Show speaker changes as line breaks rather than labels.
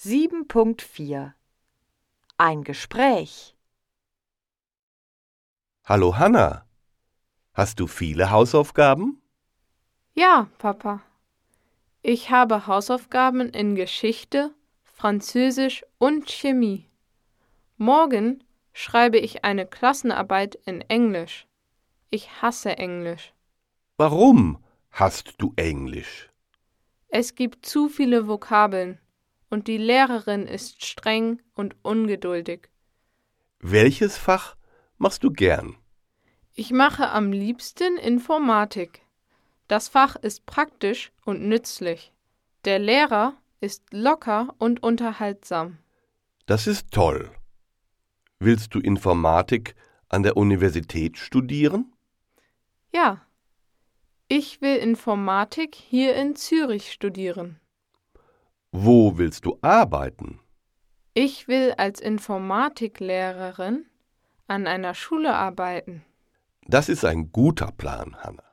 7.4 Ein Gespräch.
Hallo Hanna. Hast du viele Hausaufgaben?
Ja, Papa. Ich habe Hausaufgaben in Geschichte, Französisch und Chemie. Morgen schreibe ich eine Klassenarbeit in Englisch. Ich hasse Englisch.
Warum hast du Englisch?
Es gibt zu viele Vokabeln und die Lehrerin ist streng und ungeduldig.
Welches Fach machst du gern?
Ich mache am liebsten Informatik. Das Fach ist praktisch und nützlich. Der Lehrer ist locker und unterhaltsam.
Das ist toll. Willst du Informatik an der Universität studieren?
Ja. Ich will Informatik hier in Zürich studieren.
Wo willst du arbeiten?
Ich will als Informatiklehrerin an einer Schule arbeiten.
Das ist ein guter Plan, Hanna.